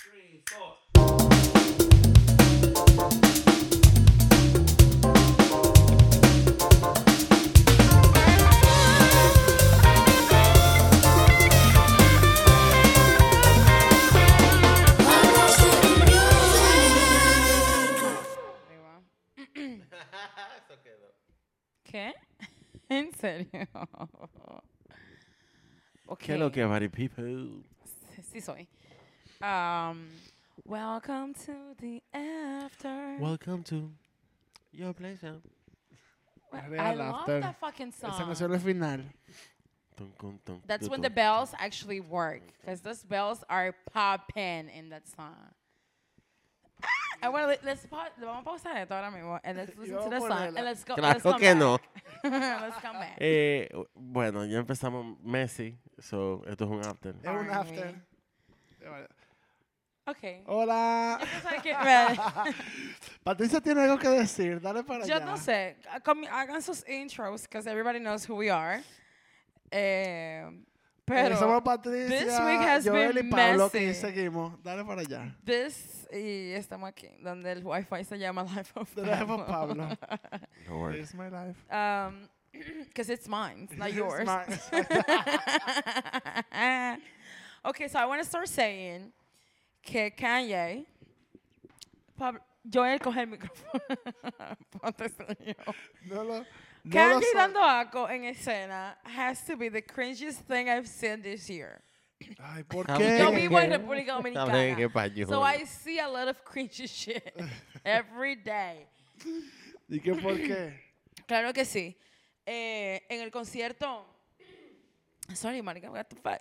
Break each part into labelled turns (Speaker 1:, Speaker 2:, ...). Speaker 1: three, four.
Speaker 2: Ahí va.
Speaker 1: Eso quedó.
Speaker 2: ¿Qué? ¿En serio?
Speaker 3: ¿Qué es lo
Speaker 2: Ok.
Speaker 3: que, Body People?
Speaker 2: Sí soy. Um, welcome to the after.
Speaker 3: Welcome to your place. ¿eh? huh?
Speaker 2: Well,
Speaker 4: Real
Speaker 2: I love
Speaker 4: after.
Speaker 2: that fucking
Speaker 4: Esa
Speaker 2: song.
Speaker 4: canción es final.
Speaker 3: Tum, cum, tum,
Speaker 2: That's
Speaker 3: tu,
Speaker 2: when the
Speaker 3: tum.
Speaker 2: bells actually work, because those bells are popping in that song. Ah, I want to let's pause. Vamos a pausar esto ahora mismo, and let's listen to
Speaker 4: vamos
Speaker 2: the
Speaker 4: a
Speaker 2: song, and
Speaker 4: ponerla.
Speaker 2: let's go. let's
Speaker 3: Claro
Speaker 2: come
Speaker 3: que no.
Speaker 2: back. let's come back.
Speaker 3: Eh, bueno, ya empezamos Messi, so esto es un after.
Speaker 4: Es un
Speaker 2: Ay.
Speaker 4: after.
Speaker 2: Okay.
Speaker 4: Hola.
Speaker 2: Yo pensaba que- Vale.
Speaker 4: Patricia tiene algo que decir. Dale para
Speaker 2: Yo
Speaker 4: allá. Eh,
Speaker 2: no sé. com- Hagan sus intros, because everybody knows who we are. Eh,
Speaker 4: Pero
Speaker 2: pero
Speaker 4: somos Patricia,
Speaker 2: this week has
Speaker 4: Joel
Speaker 2: been
Speaker 4: y Pablo, que
Speaker 2: messy.
Speaker 4: seguimos. Dale para allá.
Speaker 2: this y estamos aquí, donde el wifi se llama Life of
Speaker 4: The life of Pablo.
Speaker 3: Lord.
Speaker 4: It's my life.
Speaker 2: Um, because it's mine, it's not
Speaker 4: It's
Speaker 2: yours. okay, so I want to start saying que Kanye. Pab- Joel, coge el micrófono. Ponte serio.
Speaker 4: No lo, no lo
Speaker 2: Kanye
Speaker 4: so-
Speaker 2: dando aco en escena has to be the cringiest thing I've seen this year.
Speaker 4: Ay, ¿por
Speaker 3: Yo
Speaker 4: qué?
Speaker 2: Yo vivo en
Speaker 3: ¿Qué?
Speaker 2: República
Speaker 3: Habla en
Speaker 2: Dominicana.
Speaker 3: español.
Speaker 2: So I see a lot of cringy shit every day.
Speaker 4: ¿Y qué por qué?
Speaker 2: Claro que sí. Eh, en el concierto. Sorry, marica, what the fuck.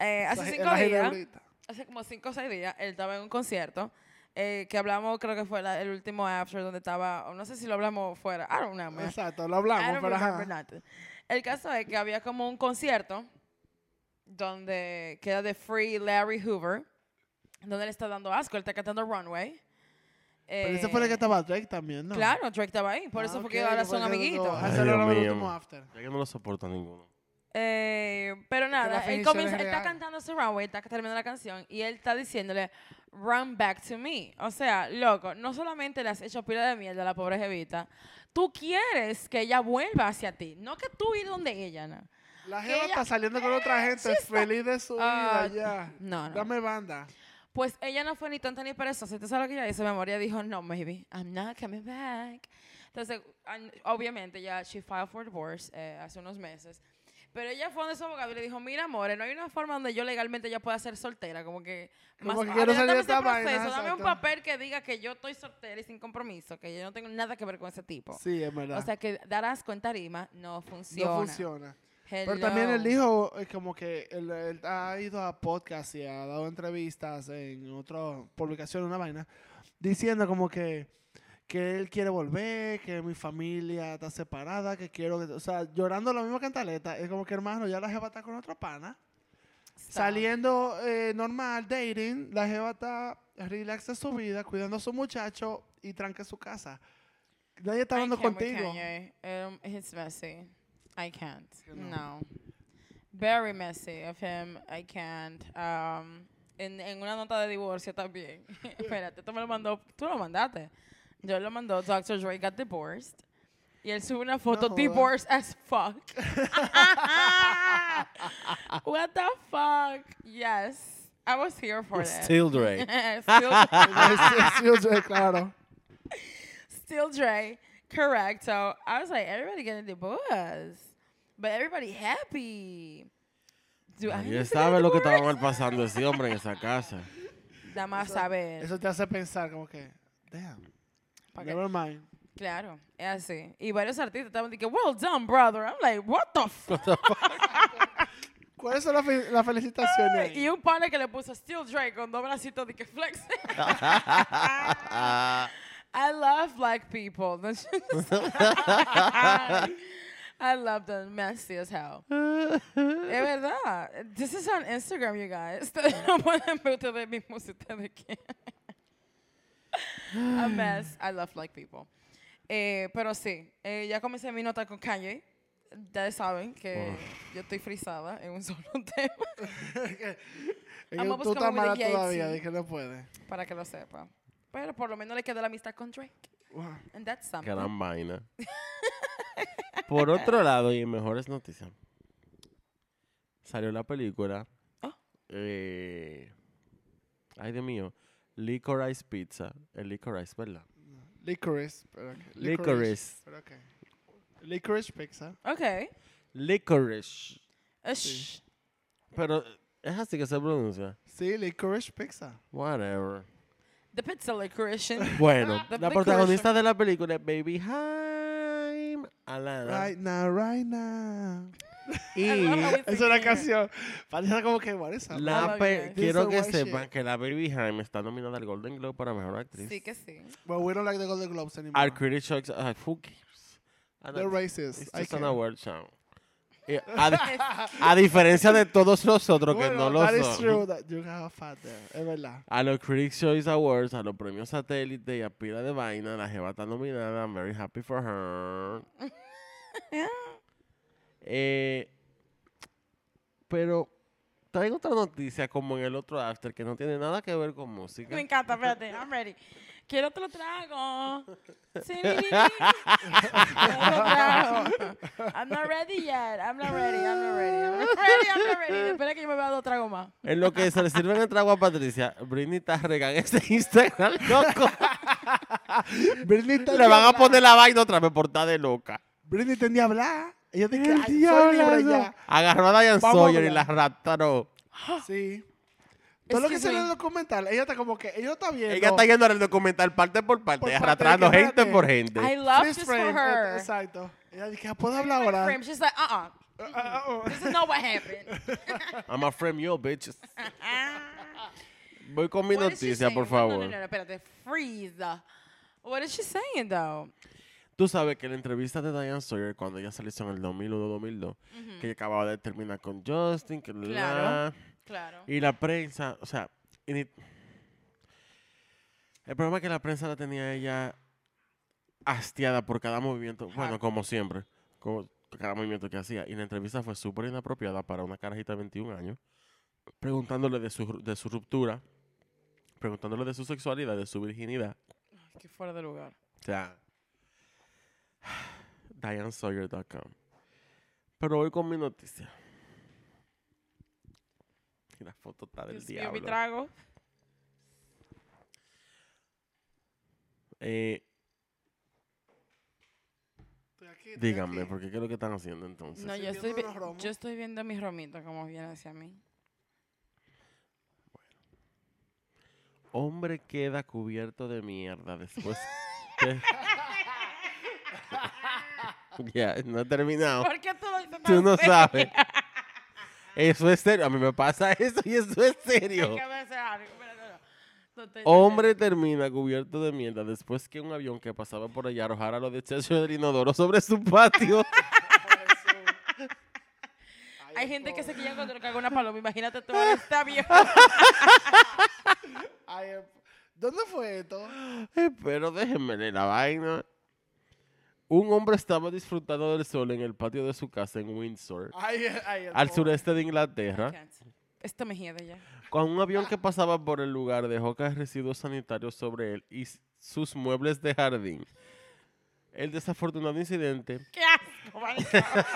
Speaker 2: Eh, hace
Speaker 4: Ah, La-
Speaker 2: cinco
Speaker 4: la
Speaker 2: días,
Speaker 4: generalita.
Speaker 2: hace como cinco o seis días, él estaba en un concierto eh, que hablamos, creo que fue la- el último after donde estaba, o no sé si lo hablamos fuera, I don't know, man.
Speaker 4: Exacto, lo
Speaker 2: I
Speaker 4: hablamos,
Speaker 2: don't
Speaker 4: pero
Speaker 2: remember
Speaker 4: ajá.
Speaker 2: nothing. El caso es que había como un concierto donde queda de Free Larry Hoover, donde él está dando asco, él está cantando Runway.
Speaker 4: Pero ese fue el
Speaker 2: Eh,
Speaker 4: que estaba Drake también, ¿no?
Speaker 2: Claro, Drake estaba ahí, por
Speaker 4: Ah,
Speaker 2: eso fue
Speaker 4: ok,
Speaker 2: que ahora son
Speaker 4: fue que-
Speaker 2: amiguitos.
Speaker 4: Ajá,
Speaker 3: Ay,
Speaker 4: se lo
Speaker 3: Dios
Speaker 4: hablamos en Ah, el
Speaker 3: mío.
Speaker 4: último after.
Speaker 3: Ya que no lo soporto a ninguno.
Speaker 2: Eh, pero nada, él
Speaker 4: definición
Speaker 2: comienza,
Speaker 4: es
Speaker 2: él está
Speaker 4: real.
Speaker 2: cantando su runway, está terminando la canción y él está diciéndole, run back to me. O sea, loco, no solamente le has hecho pila de mierda a la pobre Jevita, tú quieres que ella vuelva hacia ti, no que tú ir donde ella, ¿no?
Speaker 4: La
Speaker 2: Que
Speaker 4: jeva
Speaker 2: ella-
Speaker 4: está saliendo con otra gente, feliz de su
Speaker 2: Ah,
Speaker 4: vida ya.
Speaker 2: no, no.
Speaker 4: Dame banda.
Speaker 2: Pues ella no fue ni tonta ni perezosa. Entonces, lo que ella hizo, mi amor, ella dijo, no, maybe, I'm not coming back. Entonces, an- obviamente, ya she filed for divorce eh, hace unos meses. Pero ella fue donde su abogado y le dijo, mira, amores, no hay una forma donde yo legalmente ya pueda ser soltera. Como que...
Speaker 4: Como que quiero salir de
Speaker 2: adelántame ese
Speaker 4: esta vaina,
Speaker 2: proceso, Dame un
Speaker 4: exacto.
Speaker 2: papel que diga que yo estoy soltera y sin compromiso, que yo no tengo nada que ver con ese tipo.
Speaker 4: Sí, es verdad.
Speaker 2: O sea, que darás cuenta tarima no funciona.
Speaker 4: no funciona. Pero también
Speaker 2: Hello.
Speaker 4: él dijo, eh, como que él, él ha ido a podcast y ha dado entrevistas en otra publicación, una vaina, diciendo como que, que él quiere volver, que mi familia está separada, que quiero, que- o sea, llorando la misma cantaleta. Es como que, hermano, ya la jeva está con otro pana.
Speaker 2: Stop.
Speaker 4: Saliendo eh, normal, dating, la jeva está relax de su vida, cuidando a su muchacho y tranque su casa. Nadie está
Speaker 2: I
Speaker 4: hablando
Speaker 2: can't with
Speaker 4: contigo.
Speaker 2: Kanye. Um, he's messy. I can't.
Speaker 4: no.
Speaker 2: No. Very messy of him. I can't. Um, en, en una nota de divorcio también. Espérate, tú me lo mandó. Tú lo mandaste. Yo lo mandó. Dr. Dre got divorced. Y él sube una foto
Speaker 4: No joda.
Speaker 2: divorced as fuck. What the fuck? Yes. I was here for that.
Speaker 3: Still Drake.
Speaker 2: Still-
Speaker 4: Sí, sí, sí, claro.
Speaker 2: Still Dre, correct. So I was like, everybody getting divorced, but everybody happy. Do I
Speaker 3: Nadie
Speaker 2: need to
Speaker 3: sabe
Speaker 2: get
Speaker 3: lo que estaba
Speaker 2: divorced?
Speaker 3: mal pasando ese hombre en esa casa.
Speaker 2: Nada más saber.
Speaker 4: Eso te hace pensar como que, damn,
Speaker 2: Porque-
Speaker 4: never mind.
Speaker 2: Claro, es así. Y varios artistas estaban diciendo, well done, brother. I'm like, what the fuck?
Speaker 4: ¿Cuáles son las fe- las felicitaciones? ahí?
Speaker 2: y un pana que le puso Still Dre con dos bracitos de que flex. I love black people. Don't you- I love them messy as hell. Es verdad. This is on Instagram, you guys. Ustedes no pueden ver ustedes mismos si ustedes quieren. A mess. I love black people. Eh, pero sí, eh, ya comencé mi nota con Kanye. ya saben que yo estoy frisada en un solo tema,
Speaker 4: Es
Speaker 2: Vamos
Speaker 4: que
Speaker 2: a
Speaker 4: tú
Speaker 2: buscar
Speaker 4: estás
Speaker 2: como
Speaker 4: mala
Speaker 2: Bill Gates,
Speaker 4: todavía,
Speaker 2: sí.
Speaker 4: de que no puede.
Speaker 2: para que lo sepa. Pero por lo menos le quedó la amistad con Drake.
Speaker 4: Uah.
Speaker 2: And that's something.
Speaker 3: Gran vaina. Por otro lado, y en mejores noticias, salió la película.
Speaker 2: Ah.
Speaker 3: eh, ay, Dios mío. Licorice Pizza. El Licorice, ¿verdad?
Speaker 4: Licorice. pero ok.
Speaker 3: Licorice.
Speaker 4: pero ok. Licorice pizza.
Speaker 2: Ok.
Speaker 3: Licorice.
Speaker 2: Ush.
Speaker 4: Sí.
Speaker 3: Pero es así que se pronuncia.
Speaker 4: Sí, licorice pizza.
Speaker 3: Whatever.
Speaker 2: The pizza licorice.
Speaker 3: Bueno,
Speaker 2: The
Speaker 3: la
Speaker 2: Big
Speaker 3: protagonista de la película es Baby Haim Alana.
Speaker 4: Right now, right now.
Speaker 3: Y
Speaker 2: I love how we
Speaker 4: Es una
Speaker 2: thinking.
Speaker 4: canción. Parece como que what is that?
Speaker 2: I
Speaker 3: la
Speaker 2: love
Speaker 3: pe-
Speaker 2: you.
Speaker 3: quiero
Speaker 4: This
Speaker 3: que
Speaker 4: is white
Speaker 3: sepan
Speaker 4: shit.
Speaker 3: que la Baby Haim está nominada al Golden Globe para mejor actriz.
Speaker 2: Sí que sí.
Speaker 4: But we don't like the Golden Globes anymore.
Speaker 3: Our critic shocks uh, who cares? I
Speaker 4: They're
Speaker 3: don't-
Speaker 4: racist.
Speaker 3: it's
Speaker 4: I
Speaker 3: just an
Speaker 4: can't.
Speaker 3: award show. Y A, di- a diferencia de todos los otros que
Speaker 4: Bueno,
Speaker 3: no lo
Speaker 4: that is
Speaker 3: son.
Speaker 4: true that you have a fat there. Es verdad.
Speaker 3: A los Critics Choice Awards, a los premios satélite y a pila de vaina, la jeva está nominada. I'm very happy for her. Eh, pero traigo otra noticia como en el otro after que no tiene nada que ver con música.
Speaker 2: Me encanta, espérate. I'm ready. Quiero otro trago. Sí, ni, ni, ni. Otro trago. I'm not ready yet. I'm not ready. I'm not ready. I'm not ready. I'm not ready. Espera que yo me vea dos tragos más.
Speaker 3: En lo que se le sirven el trago a Patricia, Britney Tarregan este Instagram loco.
Speaker 4: Britney tendía
Speaker 3: le van a
Speaker 4: hablar.
Speaker 3: poner la vaina otra vez por estar de loca.
Speaker 4: Britney tendía a hablar. Ella dice que
Speaker 3: El
Speaker 4: "Ay, soy libre
Speaker 3: diablo.
Speaker 4: ya.
Speaker 3: Agarró a Diane
Speaker 4: Vamos a
Speaker 3: Sawyer y la
Speaker 4: hablar.
Speaker 3: raptaró.
Speaker 4: Sí. Todo lo que
Speaker 2: Excuse
Speaker 4: se ve
Speaker 2: me.
Speaker 4: en los comentarios, ella está como que, ella no está viendo.
Speaker 3: Ella está yendo al documental parte por parte,
Speaker 4: Por parte,
Speaker 3: arrastrando
Speaker 4: de que
Speaker 3: gente
Speaker 4: espérate.
Speaker 3: por gente.
Speaker 2: I love
Speaker 4: Best
Speaker 2: this
Speaker 4: friend,
Speaker 2: for
Speaker 4: eh,
Speaker 2: her.
Speaker 4: Exacto. Ella dice, "Ah, ¿puedo hablar ahora?
Speaker 2: Frame. She's like, uh-uh.
Speaker 4: Ah, ah, ah.
Speaker 2: This is not what happened.
Speaker 3: I'm a friend yo, bitches. Voy con mi
Speaker 2: What is she
Speaker 3: noticia, por
Speaker 2: saying? No,
Speaker 3: favor.
Speaker 2: No, no, no, espérate. Freeze. What is she saying, though?
Speaker 3: Tú sabes que la entrevista de Diane Sawyer, cuando ella salió en el 2001-2002, que ella acababa de terminar con Justin, que bla, bla,
Speaker 2: Claro.
Speaker 3: bla.
Speaker 2: Claro.
Speaker 3: Y la prensa, o sea, y ni- el problema es que la prensa la tenía ella hastiada por cada movimiento, bueno, como siempre, como cada movimiento que hacía. Y la entrevista fue súper inapropiada para una carajita de 21 años, preguntándole de su, ru- de su ruptura, preguntándole de su sexualidad, de su virginidad.
Speaker 2: Que fuera de lugar.
Speaker 3: O sea, DianeSawyer.com. Pero hoy con mi noticia. Y la foto está del
Speaker 2: Dios mío, mi
Speaker 3: diablo.
Speaker 2: trago.
Speaker 3: Eh,
Speaker 4: Estoy aquí, estoy
Speaker 3: díganme,
Speaker 4: aquí.
Speaker 3: porque qué es lo que están haciendo entonces.
Speaker 2: No, yo
Speaker 4: sirviendo
Speaker 2: estoy,
Speaker 4: de
Speaker 2: vi-
Speaker 4: los romos.
Speaker 2: yo estoy viendo mis romitos como vienen hacia mí.
Speaker 3: Hombre queda cubierto de mierda después. de- ya, no he terminado.
Speaker 2: ¿Por qué tú lo dices tan
Speaker 3: Tú no
Speaker 2: serio?
Speaker 3: sabes. Eso es serio. A mí me pasa eso y eso es serio.
Speaker 2: Déjame hacer algo, espera, no, no. No estoy-
Speaker 3: Hombre termina cubierto de mierda después que un avión que pasaba por allá arrojara los desechos del inodoro sobre su patio.
Speaker 2: Hay gente que se quilla cuando le caga una paloma. Imagínate tú, ahora está viejo.
Speaker 4: Ay, eh, ¿Dónde fue esto?
Speaker 3: Eh, Pero déjenme leer la vaina. Un hombre estaba disfrutando del sol en el patio de su casa en Windsor,
Speaker 4: Ay, eh, ay, el
Speaker 3: al
Speaker 4: pobre.
Speaker 3: sureste de Inglaterra,
Speaker 2: Esto me hiede ya.
Speaker 3: cuando un avión
Speaker 4: Ah.
Speaker 3: que pasaba por el lugar dejó caer residuos sanitarios sobre él y s- sus muebles de jardín. El desafortunado incidente
Speaker 2: ¡Qué asco, maldita!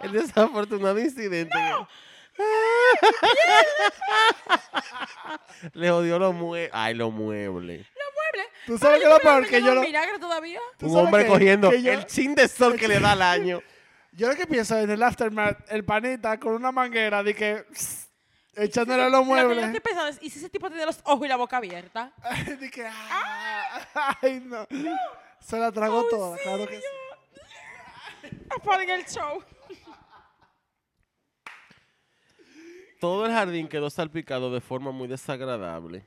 Speaker 3: El desafortunado incidente. Le odió los muebles. Ay, los muebles.
Speaker 4: ¿Tú sabes qué es lo peor? Que yo lo,
Speaker 2: milagro todavía?
Speaker 4: ¿Tú
Speaker 3: Un
Speaker 4: sabes
Speaker 3: hombre
Speaker 4: que-
Speaker 3: cogiendo
Speaker 4: que yo-
Speaker 3: el chin de sol que le da al año.
Speaker 4: yo lo que pienso en el aftermath, el panita con una manguera, de que echándole a
Speaker 2: Lo
Speaker 4: los
Speaker 2: que yo
Speaker 4: muebles.
Speaker 2: estoy pensando es, ¿y si ese tipo tiene los ojos y la boca abierta?
Speaker 4: de que, ah, ay, no. Se la tragó toda, claro que sí.
Speaker 2: Apaguen el show.
Speaker 3: Todo el jardín quedó salpicado de forma muy desagradable.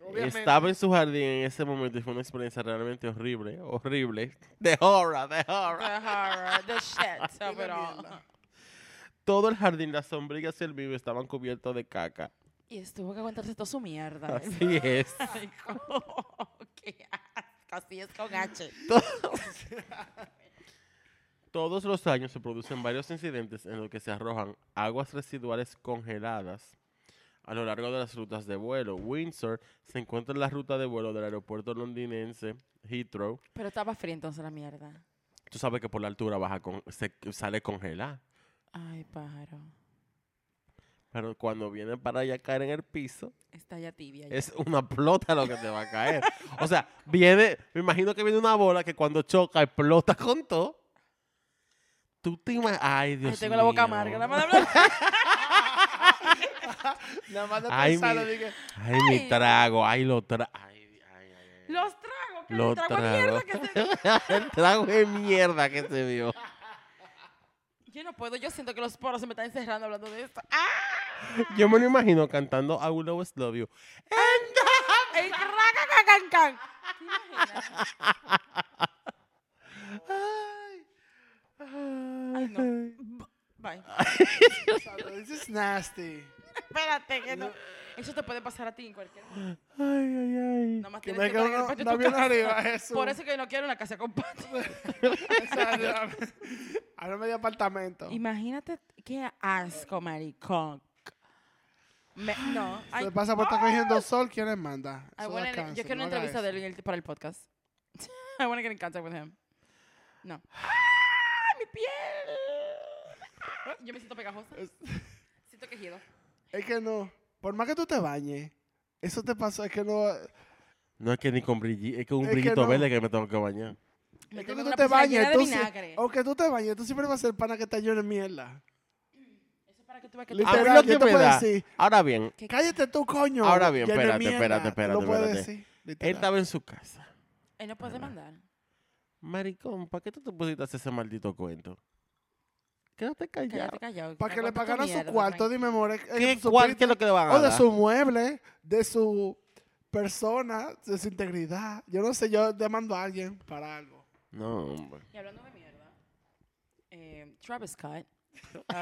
Speaker 4: Obviamente.
Speaker 3: Estaba en su jardín en ese momento y fue una experiencia realmente horrible, horrible. De horror, de
Speaker 2: The
Speaker 3: horror.
Speaker 2: horror, the shit of
Speaker 4: Dime
Speaker 2: it all.
Speaker 4: mierda.
Speaker 3: Todo el jardín, las sombrillas y el vivo estaban cubiertos de caca.
Speaker 2: Ah, Y estuvo que aguantarse toda su mierda.
Speaker 3: Así es.
Speaker 2: Ay, co- qué asco. Así es con H.
Speaker 3: Todos los años se producen varios incidentes en los que se arrojan aguas residuales congeladas a lo largo de las rutas de vuelo. Windsor se encuentra en la ruta de vuelo del aeropuerto londinense Heathrow.
Speaker 2: Pero estaba fría entonces la mierda.
Speaker 3: Tú sabes que por la altura baja con, se sale congelada.
Speaker 2: Ay, pájaro.
Speaker 3: Pero cuando viene para allá a caer en el piso,
Speaker 2: Está ya tibia. ya.
Speaker 3: es una plota lo que te va a caer. O sea, viene, me imagino que viene una bola que cuando choca explota con todo. Tú te imaginas. Ay, Dios
Speaker 2: Ay,
Speaker 3: mío.
Speaker 2: tengo la boca amarga. La madre habla-
Speaker 4: Nada más de
Speaker 3: Ay,
Speaker 4: pensarlo
Speaker 3: mi-
Speaker 4: dije,
Speaker 3: Ay,
Speaker 2: Ay.
Speaker 3: mi trago, ay, lo trago. Ay, ay, ay, ay.
Speaker 2: Los tragos. Que
Speaker 3: Lo
Speaker 2: los tragos de mierda que
Speaker 3: trago.
Speaker 2: se...
Speaker 3: El trago de mierda que se dio.
Speaker 2: Yo no puedo. Yo siento que los poros se me están cerrando hablando de esto. ¡Ah!
Speaker 3: Yo me lo imagino cantando I Will Always Love You.
Speaker 2: El cracacacancán. Ah. ¿Te imaginas? Ay, no. Bye.
Speaker 4: "Sandra, This is nasty.
Speaker 2: Espérate, que no. Eso te puede pasar a ti en cualquier momento.
Speaker 3: Ay, ay, ay.
Speaker 2: Nada más
Speaker 4: Que
Speaker 2: tienes
Speaker 4: me
Speaker 2: que
Speaker 4: quedó
Speaker 2: poner el
Speaker 4: un
Speaker 2: patio
Speaker 4: un
Speaker 2: de tu
Speaker 4: avión
Speaker 2: casa.
Speaker 4: arriba, eso.
Speaker 2: Por eso que no quiero una casa con patio.
Speaker 4: Háblame de apartamento.
Speaker 2: Imagínate qué asco, maricón. Me- no. ay, ¡ah!
Speaker 4: Se pasa por estar cogiendo sol, ¿quién les manda?
Speaker 2: I
Speaker 4: Eso da
Speaker 2: wanna- yo
Speaker 4: cáncer,
Speaker 2: quiero una
Speaker 4: no haga
Speaker 2: entrevista
Speaker 4: eso.
Speaker 2: de él en el- para el podcast. I want to get in contact with him. No. ¡Ah, mi piel! Yo me siento pegajosa. Siento quejido.
Speaker 4: Es que no. Por más que tú te bañes, eso te pasó. Es que no.
Speaker 3: No es que ni con brilli, es que un
Speaker 4: Es que
Speaker 3: brillito
Speaker 4: no.
Speaker 3: verde que me tengo que bañar.
Speaker 2: Me
Speaker 4: Es que
Speaker 2: tengo
Speaker 4: tú
Speaker 2: una
Speaker 4: te
Speaker 2: piscina llena
Speaker 4: bañes. oh,
Speaker 2: de
Speaker 4: Tú, si-
Speaker 2: vinagre.
Speaker 4: aunque tú te bañes, tú siempre vas a ser pana que te llore mierda.
Speaker 2: Eso es para que tú veas que
Speaker 3: A mí
Speaker 4: Literal,
Speaker 3: lo
Speaker 4: yo
Speaker 3: que
Speaker 4: te
Speaker 3: me
Speaker 4: puedo
Speaker 3: da.
Speaker 4: decir.
Speaker 3: Ahora bien,
Speaker 2: ¿Qué-
Speaker 4: Cállate tú, coño.
Speaker 3: Ahora bien,
Speaker 4: lleno de
Speaker 3: espérate,
Speaker 4: mierda.
Speaker 3: espérate,
Speaker 4: Tú
Speaker 3: espérate,
Speaker 4: Lo puedes
Speaker 3: espérate.
Speaker 4: decir.
Speaker 3: él
Speaker 4: literal.
Speaker 3: estaba en su casa.
Speaker 2: Él no puede mandar.
Speaker 3: Maricón, ¿para qué tú te pusiste a hacer ese maldito cuento? Quédate callado.
Speaker 2: Cállate, callado.
Speaker 4: Para que le
Speaker 2: aguanta tu
Speaker 4: pagaran su
Speaker 2: mierda,
Speaker 4: cuarto,
Speaker 2: tranqui-
Speaker 4: dime, more. eh,
Speaker 3: ¿Qué,
Speaker 4: su
Speaker 3: cuál,
Speaker 4: pito,
Speaker 3: ¿Qué es lo que le van a
Speaker 4: O
Speaker 3: dar?
Speaker 4: de su mueble, de su persona, de su integridad. Yo no sé, yo demando a alguien para algo.
Speaker 3: No, hombre.
Speaker 2: Y hablando de mierda, eh, Travis Scott. Uh,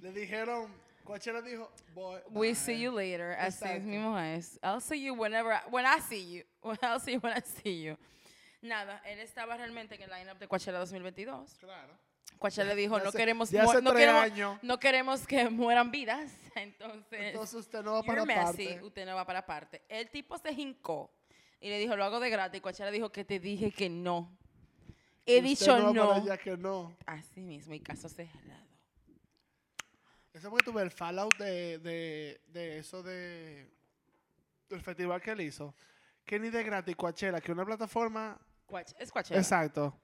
Speaker 4: Le dijeron, Coachella dijo, voy. eh,
Speaker 2: We
Speaker 4: bye.
Speaker 2: see you later. Así es
Speaker 4: Exacto.
Speaker 2: mismo es. I'll see you whenever I, when I see you. Well, I'll see you when I see you. Nada, él estaba realmente en el lineup de Coachella 2022.
Speaker 4: Claro.
Speaker 2: Coachella dijo,
Speaker 4: de
Speaker 2: no
Speaker 4: hace-
Speaker 2: queremos,
Speaker 4: de
Speaker 2: mu-
Speaker 4: hace
Speaker 2: no,
Speaker 4: tres
Speaker 2: queremos
Speaker 4: años".
Speaker 2: no queremos que mueran vidas. Entonces,
Speaker 4: Entonces usted no va
Speaker 2: you're
Speaker 4: para
Speaker 2: messy,
Speaker 4: parte.
Speaker 2: usted no va para parte. El tipo se hincó y le dijo, lo hago de gratis. Coachella dijo que te dije que no. He
Speaker 4: Usted
Speaker 2: dicho
Speaker 4: no. va para
Speaker 2: no.
Speaker 4: allá que no.
Speaker 2: Así mismo, y caso cerrado.
Speaker 4: Eso porque tuve el fallout de, de, de eso de del festival que él hizo. Que ni de gratis Coachella, que una plataforma.
Speaker 2: Coach- Es Coachella.
Speaker 4: Exacto.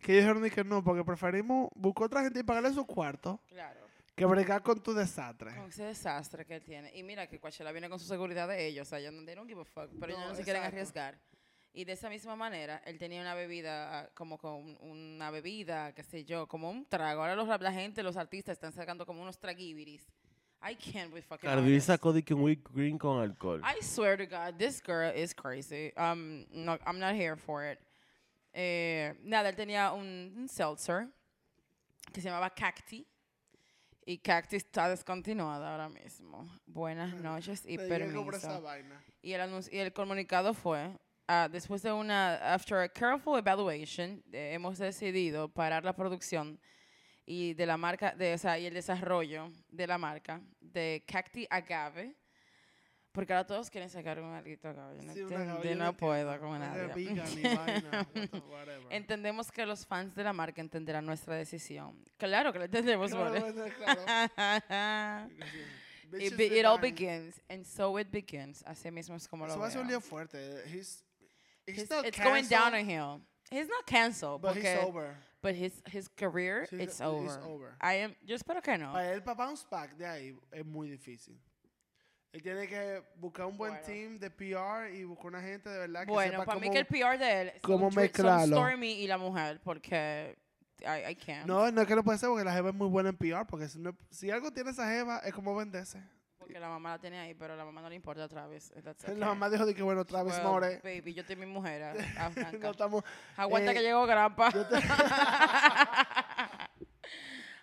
Speaker 4: Que ellos dijeron ni que no, porque preferimos buscar otra gente y pagarle su cuarto
Speaker 2: Claro.
Speaker 4: que bregar con tu desastre.
Speaker 2: Con ese desastre que él tiene. Y mira que Coachella viene con su seguridad de ellos. O sea, ellos no they don't give a fuck. Pero ellos
Speaker 4: No,
Speaker 2: no se quieren
Speaker 4: exacto.
Speaker 2: arriesgar. Y de esa misma manera, él tenía una bebida, ah, como con una bebida, qué sé yo, como un trago. Ahora los, la gente, los artistas están sacando como unos tragibiris. I can't be fucking
Speaker 3: Cardi B
Speaker 2: honest.
Speaker 3: sacó de que un whipped cream con alcohol.
Speaker 2: I swear to God, this girl is crazy. Um, no, I'm not here for it. Eh, nada, él tenía un, un seltzer que se llamaba Cacti. Y Cacti está descontinuada ahora mismo. Buenas noches y
Speaker 4: Te llego por esa
Speaker 2: permiso.
Speaker 4: vaina.
Speaker 2: Y el, anuncio- y el comunicado fue, ah, después de una, after a careful evaluation, eh, hemos decidido parar la producción y de la marca, de, o sea, y el desarrollo de la marca de Cacti Agave, porque ahora todos quieren sacar un alguito agave. Yo no,
Speaker 4: Sí, una
Speaker 2: entiendo,
Speaker 4: agave, yo
Speaker 2: yo
Speaker 4: no
Speaker 2: no
Speaker 4: entiendo.
Speaker 2: puedo con
Speaker 4: Es de
Speaker 2: nadie.
Speaker 4: vegan y vaina, what- whatever.
Speaker 2: Entendemos que los fans de la marca entenderán nuestra decisión. Claro que la entendemos,
Speaker 4: Claro,
Speaker 2: More.
Speaker 4: bueno, claro.
Speaker 2: It,
Speaker 4: Bitches
Speaker 2: be- it all
Speaker 4: divine.
Speaker 2: begins, and so it begins. Así mismo es como lo
Speaker 4: Eso va a ser un
Speaker 2: veo.
Speaker 4: lío fuerte. He's, he's
Speaker 2: His-
Speaker 4: not
Speaker 2: it's going down
Speaker 4: canceled,
Speaker 2: a hill. He's not canceled,
Speaker 4: but
Speaker 2: porque-
Speaker 4: he's over.
Speaker 2: but his his career
Speaker 4: Sí,
Speaker 2: it's
Speaker 4: it's
Speaker 2: over.
Speaker 4: over.
Speaker 2: I am. Yo espero que no.
Speaker 4: Para él, para bounce back de ahí, es muy difícil. Él tiene que buscar un buen
Speaker 2: Bueno.
Speaker 4: team de PR y buscar una gente de verdad que
Speaker 2: bueno,
Speaker 4: sepa
Speaker 2: para mí
Speaker 4: cómo-
Speaker 2: que el PR de él son
Speaker 4: cómo
Speaker 2: Dr- son
Speaker 4: mezclarlo.
Speaker 2: Stormy y la mujer, porque I, I can't.
Speaker 4: No, no es que lo puede hacer porque la jeva es muy buena en PR, porque si, no- si algo tiene esa jeva es como venderse.
Speaker 2: Porque la mamá la tiene ahí, pero la mamá no le importa a Travis. That's okay.
Speaker 4: La mamá dijo de que, bueno, Travis
Speaker 2: Well,
Speaker 4: More,
Speaker 2: Baby, yo tengo mi mujer. ah, a- a
Speaker 4: no
Speaker 2: Franca.
Speaker 4: estamos...
Speaker 2: Aguanta
Speaker 4: eh,
Speaker 2: que llegó Grampa.
Speaker 4: yo te-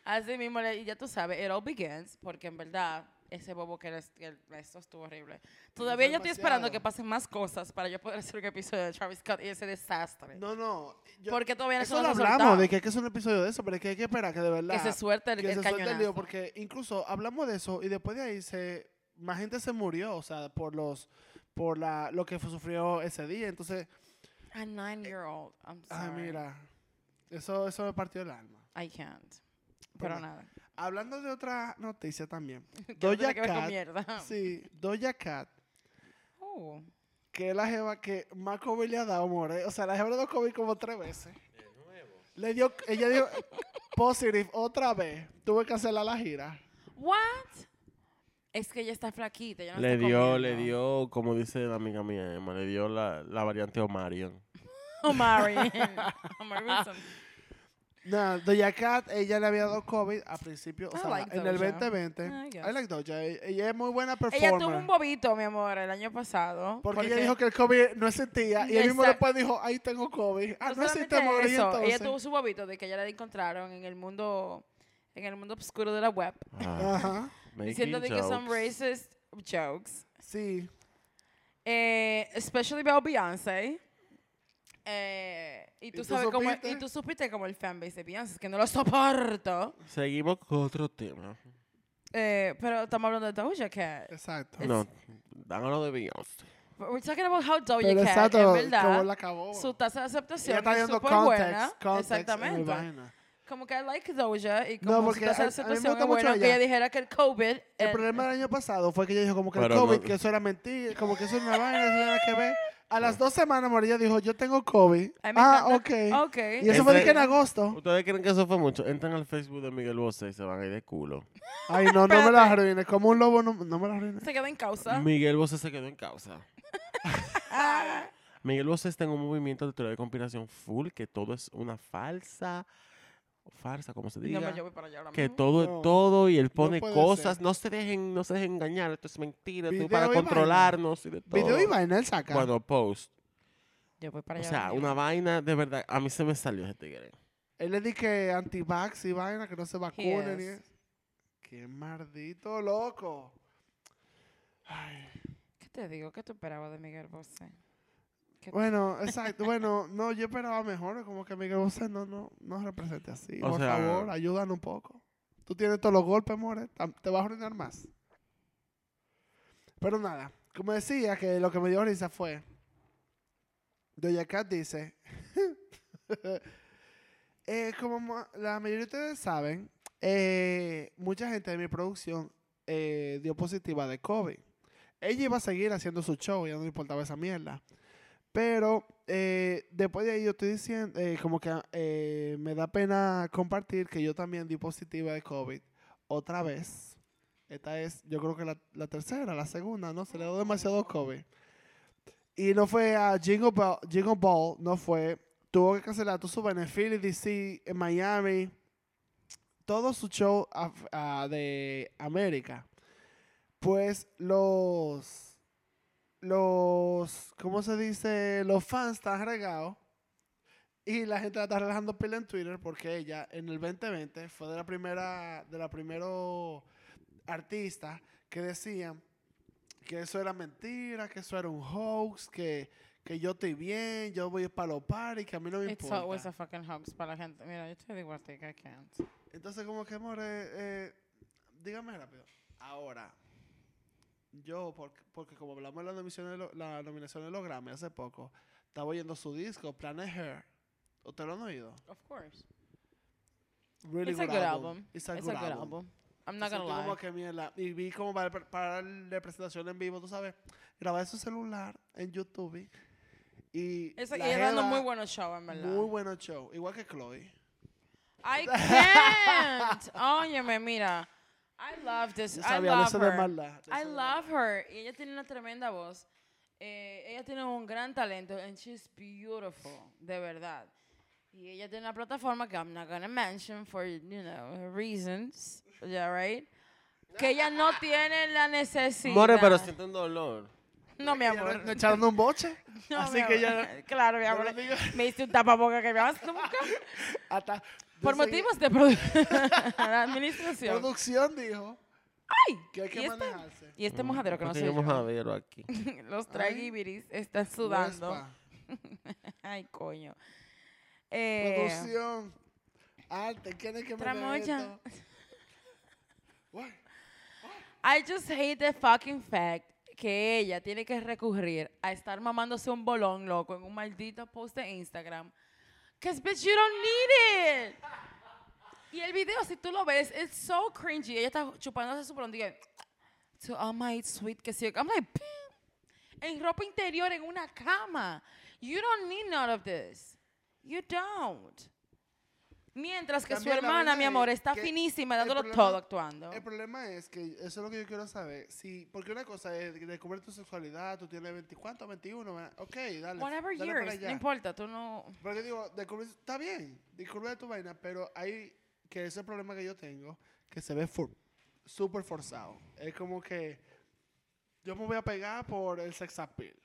Speaker 2: Así mismo, le- y ya tú sabes, it all begins, porque en verdad ese bobo que les, que esto estuvo horrible. Todavía yo estoy esperando que
Speaker 4: demasiado.
Speaker 2: pasen más cosas para yo poder hacer un episodio de Travis Scott y ese desastre.
Speaker 4: No, no. yo-
Speaker 2: Porque todavía no se
Speaker 4: eso lo
Speaker 2: ha
Speaker 4: hablamos,
Speaker 2: soltado.
Speaker 4: de que hay que hacer un episodio de eso, pero es que hay que esperar que de verdad...
Speaker 2: que se suelte el,
Speaker 4: que
Speaker 2: el
Speaker 4: se suelte el lío,
Speaker 2: cañonazo.
Speaker 4: porque incluso hablamos de eso y después de ahí se más gente se murió, o sea, por los por la lo que fu- sufrió ese día, entonces,
Speaker 2: A nine year old. I'm sorry.
Speaker 4: ay, Ah, mira. Eso eso me partió el alma.
Speaker 2: I can't. Pero
Speaker 4: Bueno,
Speaker 2: nada.
Speaker 4: Hablando de otra noticia también.
Speaker 2: Que no
Speaker 4: Doja
Speaker 2: tiene que ver con
Speaker 4: Cat.
Speaker 2: mierda.
Speaker 4: Sí, Doja Cat,
Speaker 2: Oh.
Speaker 4: que es la jeva que más COVID le ha dado, more. O sea, la jeva le dio COVID como tres veces.
Speaker 1: De nuevo.
Speaker 4: Le dio ella dio positive otra vez. Tuve que cancelar la gira.
Speaker 2: What? Es que ella está flaquita. ella no
Speaker 3: Le
Speaker 2: está
Speaker 3: dio, le
Speaker 2: comiendo.
Speaker 3: dio, como dice la amiga mía Emma, le dio la, la variante Omarion.
Speaker 2: Oh, Marion. Oh, Marion.
Speaker 4: No, Doja Cat, ella le había dado COVID al principio, o
Speaker 2: I
Speaker 4: sea,
Speaker 2: Ah, like
Speaker 4: en el
Speaker 2: Doja. Ah,
Speaker 4: 2020.
Speaker 2: I
Speaker 4: I,
Speaker 2: guess.
Speaker 4: like Doja. E- Ella es muy buena performer.
Speaker 2: Ella tuvo un bobito, mi amor, el año pasado.
Speaker 4: porque, ella dijo que el COVID no existía y él mismo
Speaker 2: Exacto.
Speaker 4: después dijo, ahí tengo COVID. Ah, no,
Speaker 2: solamente
Speaker 4: existe amor, y
Speaker 2: eso,
Speaker 4: entonces.
Speaker 2: Ella tuvo su bobito de que ella la encontraron en el mundo, en el mundo oscuro de la web,
Speaker 3: Ah,
Speaker 4: Ajá.
Speaker 2: diciendo de
Speaker 3: making
Speaker 2: que son
Speaker 3: jokes.
Speaker 2: racist jokes.
Speaker 4: Sí.
Speaker 2: Eh, especially about Beyoncé. Eh, y, tú
Speaker 4: tú
Speaker 2: sabes cómo,
Speaker 4: supiste?
Speaker 2: y tú supiste como el fanbase de Beyoncé, que no lo soporto.
Speaker 3: Seguimos con otro tema.
Speaker 2: Eh, pero estamos hablando de Doja Cat.
Speaker 4: Exacto.
Speaker 3: No, dámelo de Beyoncé.
Speaker 2: But We're talking about how Doja
Speaker 4: Pero
Speaker 2: Cat,
Speaker 4: exacto,
Speaker 2: en
Speaker 4: como
Speaker 2: verdad,
Speaker 4: la acabó.
Speaker 2: su tasa de aceptación
Speaker 4: Oh. ella está
Speaker 2: es
Speaker 4: dando
Speaker 2: súper
Speaker 4: context,
Speaker 2: buena.
Speaker 4: context en el
Speaker 2: Exactamente.
Speaker 4: vaina.
Speaker 2: Como que I like Doja y
Speaker 4: No,
Speaker 2: como
Speaker 4: porque
Speaker 2: su tasa
Speaker 4: a- a mí
Speaker 2: de
Speaker 4: me
Speaker 2: aceptación
Speaker 4: gusta
Speaker 2: es
Speaker 4: mucho
Speaker 2: buena, aunque
Speaker 4: ella.
Speaker 2: ella dijera que el COVID...
Speaker 4: El
Speaker 2: eh,
Speaker 4: problema del año pasado fue que ella dijo como que
Speaker 3: Pero
Speaker 4: el
Speaker 3: no-
Speaker 4: COVID, que eso era mentira, como que eso era una vaina, eso era que ver. A las dos semanas, María dijo, yo tengo COVID.
Speaker 2: Ay, me
Speaker 4: Ah, ok.
Speaker 2: encanta. Ok.
Speaker 4: Y eso fue de
Speaker 3: Ese-
Speaker 4: que en agosto.
Speaker 3: ¿Ustedes creen que eso fue mucho? Entran al Facebook de Miguel Bosé y se van a ir de culo.
Speaker 4: Ay, no, no me
Speaker 2: Espérate.
Speaker 4: la arruines. Como un lobo, no, no me la arruines.
Speaker 2: Se quedó en causa.
Speaker 3: Miguel Bosé se quedó en causa.
Speaker 2: Ah.
Speaker 3: Miguel Bosé está en un movimiento de teoría de conspiración full, que todo es una falsa, farsa, como se diga.
Speaker 2: no, pero yo voy para allá ahora
Speaker 3: que
Speaker 2: mismo.
Speaker 3: todo
Speaker 4: No,
Speaker 3: es todo y él pone
Speaker 4: puede
Speaker 3: cosas.
Speaker 4: ser.
Speaker 3: No se dejen, no se dejen engañar, esto es mentira, esto
Speaker 4: Video
Speaker 3: es para
Speaker 4: y vaina.
Speaker 3: controlarnos y de todo.
Speaker 4: Video y vaina él saca.
Speaker 3: Bueno, post.
Speaker 2: Yo voy para
Speaker 3: O
Speaker 2: allá
Speaker 3: sea,
Speaker 2: ahora
Speaker 3: una
Speaker 2: mismo.
Speaker 3: vaina de verdad. A mí se me salió ese tigre.
Speaker 4: Él le dice que anti-vax y vaina, que no se vacunen.
Speaker 2: He
Speaker 4: y
Speaker 2: is.
Speaker 4: eso. Qué maldito loco. Ay.
Speaker 2: ¿Qué te digo? ¿Qué tú esperabas de Miguel Bosé? ¿Qué-
Speaker 4: Bueno, exacto. Bueno, no, yo esperaba mejor. Como que Miguel Bosé no, no, no represente así.
Speaker 3: O
Speaker 4: Por
Speaker 3: sea-
Speaker 4: favor, ayúdanos un poco. Tú tienes todos los golpes, more. tam- Te vas a arruinar más. Pero nada, como decía, que lo que me dio risa fue... Doja Cat dice... eh, como ma- la mayoría de ustedes saben, eh, mucha gente de mi producción eh, dio positiva de COVID. Ella iba a seguir haciendo su show, ya no le importaba esa mierda. Pero eh, después de ahí yo estoy diciendo, eh, como que eh, me da pena compartir que yo también di positiva de COVID otra vez. Esta es, yo creo que la, la tercera, la segunda, ¿no? Se le dio demasiado COVID. Y no fue a Jingle Ball, Jingle Ball no fue. Tuvo que cancelar todo su beneficio en DC, en Miami, todo su show af- ah, de América. Pues los los, ¿cómo se dice? Los fans están regados. Y la gente la está relajando pila en Twitter porque ella en el 2020 fue de la primera, de la primero artista que decían que eso era mentira, que eso era un hoax, que, que yo estoy bien, yo voy para los paris, que a mí no me
Speaker 2: It's always
Speaker 4: importa.
Speaker 2: a fucking hoax para la gente. Mira, yo te digo a ti que I can't.
Speaker 4: Entonces como que, more, eh, dígame rápido. Ahora, yo, porque, porque como hablamos de la nominación de, lo- la nominación de los Grammy hace poco, estaba oyendo su disco, Planet Her. ¿Ustedes lo han oído?
Speaker 2: Of course.
Speaker 4: Really
Speaker 2: it's a good album.
Speaker 4: It's a good album.
Speaker 2: I'm not
Speaker 4: Siento
Speaker 2: gonna lie.
Speaker 4: como que mierda. Y vi como para, para la presentación en vivo, tú sabes, grabar su celular en YouTube. Y
Speaker 2: Esa-
Speaker 4: la
Speaker 2: ella está dando
Speaker 4: jeva,
Speaker 2: muy buenos shows, en verdad.
Speaker 4: Muy bueno show. Igual que Chloe.
Speaker 2: I can't. Óyeme, mira. I love this.
Speaker 4: Yo
Speaker 2: I
Speaker 4: sabía, de
Speaker 2: love
Speaker 4: eso no es
Speaker 2: her.
Speaker 4: maldad, de
Speaker 2: I
Speaker 4: eso no es maldad.
Speaker 2: love her. Y ella tiene una tremenda voz. Eh, ella tiene un gran talento. And she's beautiful. De verdad. Y ella tiene una plataforma que I'm not gonna mention for, you know, reasons. Yeah, right? Que ella no tiene la necesidad.
Speaker 3: More, pero siento un dolor.
Speaker 2: No, mi
Speaker 4: Ella
Speaker 2: amor.
Speaker 4: le- le echaron un boche.
Speaker 2: No,
Speaker 4: así
Speaker 2: mi
Speaker 4: que
Speaker 2: amor.
Speaker 4: ya
Speaker 2: Claro, mi
Speaker 4: no
Speaker 2: amor.
Speaker 4: lo digo.
Speaker 2: Me hice un tapaboca que me vas nunca.
Speaker 4: hasta yo
Speaker 2: Por
Speaker 4: seguí-
Speaker 2: motivos de produ- la administración.
Speaker 4: Producción dijo
Speaker 2: ¡Ay!
Speaker 4: Que hay que
Speaker 2: y, este,
Speaker 4: manejarse.
Speaker 2: y este
Speaker 3: Mm,
Speaker 2: mojadero que no sé yo.
Speaker 3: pequeño mojadero aquí.
Speaker 2: Los tragibiris están sudando.
Speaker 4: Huespa,
Speaker 2: Ay, coño. Eh,
Speaker 4: Producción. Arte. ¿Quién es que me
Speaker 2: Tramoya.
Speaker 4: esto? Guay.
Speaker 2: I just hate the fucking fact que ella tiene que recurrir a estar mamándose un bolón loco en un maldito post de Instagram. Cause bitch, you don't need it. Y el video, si tú lo ves, it's so cringy. Ella está chupándose su bolón. Dije, to all my sweet que sí. I'm like, "Pim". en ropa interior, en una cama. You don't need none of this. You don't. Mientras que
Speaker 4: También
Speaker 2: su
Speaker 4: la
Speaker 2: hermana,
Speaker 4: vaina
Speaker 2: mi
Speaker 4: es
Speaker 2: amor, está
Speaker 4: que
Speaker 2: finísima,
Speaker 4: el
Speaker 2: dándolo
Speaker 4: problema-
Speaker 2: todo actuando.
Speaker 4: El problema es que eso es lo que yo quiero saber. Si, porque una cosa es descubrir tu sexualidad, tú tienes 20, ¿cuánto? 21, ¿verdad? ok, dale.
Speaker 2: Whatever
Speaker 4: dale para
Speaker 2: years, no
Speaker 4: allá.
Speaker 2: importa, tú no...
Speaker 4: Porque digo, descubrir, está bien, descubrir tu vaina, pero hay, que ese es el problema que yo tengo, que se ve for- súper forzado. Es como que yo me voy a pegar por el sex appeal.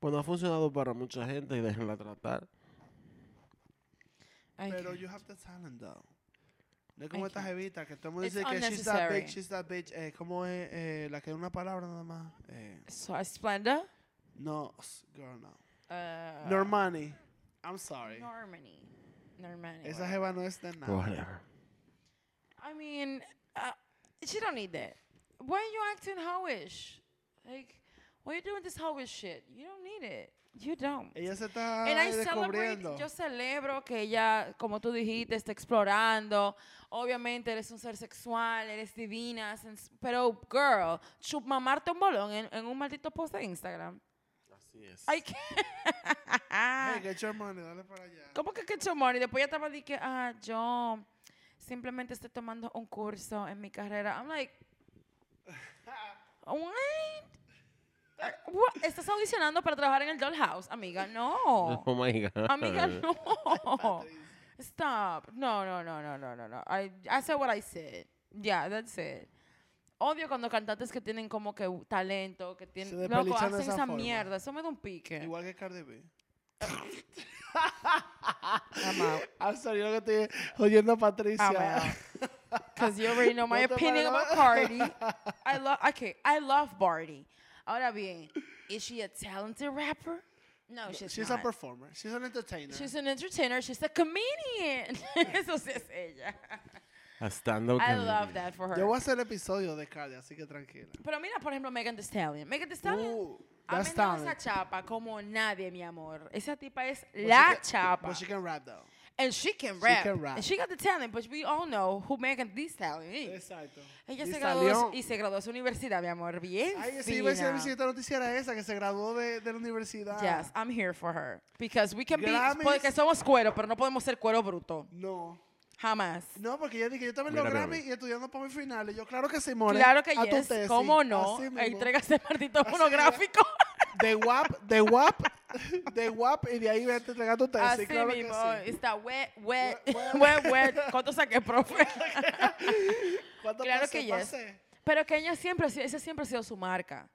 Speaker 3: Bueno, Pues ha funcionado para mucha gente y déjenla tratar.
Speaker 2: Ay,
Speaker 4: Pero
Speaker 2: qué-
Speaker 4: you have the talent, though. No es como
Speaker 2: I
Speaker 4: esta
Speaker 2: can't.
Speaker 4: jevita que todo el mundo
Speaker 2: It's
Speaker 4: dice que she's that
Speaker 2: unnecessary.
Speaker 4: bitch, she's that bitch. Eh, ¿Cómo es eh, la que es una palabra nada más? Eh,
Speaker 2: So, Splenda.
Speaker 4: no, s- girl, no.
Speaker 2: Uh,
Speaker 4: Normani. I'm sorry.
Speaker 2: Normani. Normani.
Speaker 4: Esa jeva no es de nada.
Speaker 3: Whatever.
Speaker 2: I mean, uh, she don't need that. Why are you acting hoish? Like, why are you doing this hoish shit? You don't need it. You don't.
Speaker 4: Ella se está
Speaker 2: And I celebrate,
Speaker 4: descubriendo.
Speaker 2: yo celebro que ella, como tú dijiste, está explorando. Obviamente eres un ser sexual, eres divina, sens- pero girl, chup mamarte un bolón en, en un maldito post de Instagram.
Speaker 3: Así es.
Speaker 2: I can't.
Speaker 4: Hey, get your money, dale para allá.
Speaker 2: ¿Cómo que get your money? Después ya estaba di que, ah, yo simplemente estoy tomando un curso en mi carrera. I'm like, what? Eh, what? Estás audicionando para trabajar en el Dollhouse, amiga. No.
Speaker 3: Oh my God.
Speaker 2: Amiga, no. Stop. No, no, no, no, no, no, no. I, I said what I said. Yeah, that's it. Odio cuando cantantes que tienen como que talento, que
Speaker 4: Se
Speaker 2: tienen... Loco,
Speaker 4: despelizan de
Speaker 2: hacen
Speaker 4: esa
Speaker 2: esa,
Speaker 4: forma.
Speaker 2: mierda. Eso me da un pique.
Speaker 4: Igual que Cardi B.
Speaker 2: I'm out.
Speaker 4: I'm Ah, sorry, yo lo que estoy oyendo a
Speaker 2: I'm
Speaker 4: Patricia.
Speaker 2: Because you already know my
Speaker 4: No te
Speaker 2: opinion
Speaker 4: paraba.
Speaker 2: about Cardi. I love okay, I love Barty. Ahora bien, is she a talented rapper? No, she's,
Speaker 4: She's a
Speaker 2: not.
Speaker 4: performer. She's an entertainer.
Speaker 2: she's an entertainer, she's a comedian. Eso sí es ella.
Speaker 3: A stand-up
Speaker 2: I
Speaker 3: comedian.
Speaker 2: love that for
Speaker 4: Yo voy a
Speaker 2: her.
Speaker 4: hacer el episodio de Cardi, así que tranquila.
Speaker 2: Pero mira, por ejemplo, Megan Thee Stallion. Megan Thee Stallion
Speaker 4: Uh,
Speaker 2: ha
Speaker 4: that's
Speaker 2: vendido
Speaker 4: talent.
Speaker 2: esa chapa como nadie, mi amor. Esa tipa es
Speaker 4: But she
Speaker 2: la
Speaker 4: can-
Speaker 2: chapa.
Speaker 4: But she can rap, though.
Speaker 2: and she can
Speaker 4: She
Speaker 2: rap.
Speaker 4: can rap.
Speaker 2: And she got the talent, but we all know who Megan Thee Stallion is.
Speaker 4: Exacto.
Speaker 2: Ella
Speaker 4: Y
Speaker 2: se graduó
Speaker 4: salió.
Speaker 2: y se graduó de su universidad, mi amor. Bien.
Speaker 4: Ay, sí, iba a decir
Speaker 2: fina.
Speaker 4: la visita noticiera esa, que se graduó de, de la universidad.
Speaker 2: Yes, I'm here for her. Because we can be.
Speaker 4: Grammys.
Speaker 2: Porque somos cuero, pero no podemos ser cuero bruto.
Speaker 4: No.
Speaker 2: Jamás.
Speaker 4: No, porque ella dije, yo estaba en los
Speaker 3: Mira, mira,
Speaker 4: Grammy
Speaker 3: mira.
Speaker 4: y estudiando para mi final. Y yo, claro que sí, More.
Speaker 2: claro que
Speaker 4: a tu
Speaker 2: yes.
Speaker 4: tesis.
Speaker 2: ¿Cómo no?
Speaker 4: Así mismo.
Speaker 2: Entrégase maldito
Speaker 4: Así mismo.
Speaker 2: monográfico.
Speaker 4: De WAP, de WAP, de WAP, y de ahí vete a entregar tu tesis.
Speaker 2: Así
Speaker 4: claro
Speaker 2: mismo.
Speaker 4: que sí.
Speaker 2: Está wet, wet,
Speaker 4: Wet,
Speaker 2: wet, wet. ¿Cuánto saqué, profe?
Speaker 4: ¿Cuánto
Speaker 2: Claro
Speaker 4: pasé?
Speaker 2: que yes.
Speaker 4: Pasé.
Speaker 2: Pero que ella siempre, ha sido- esa siempre ha sido su marca.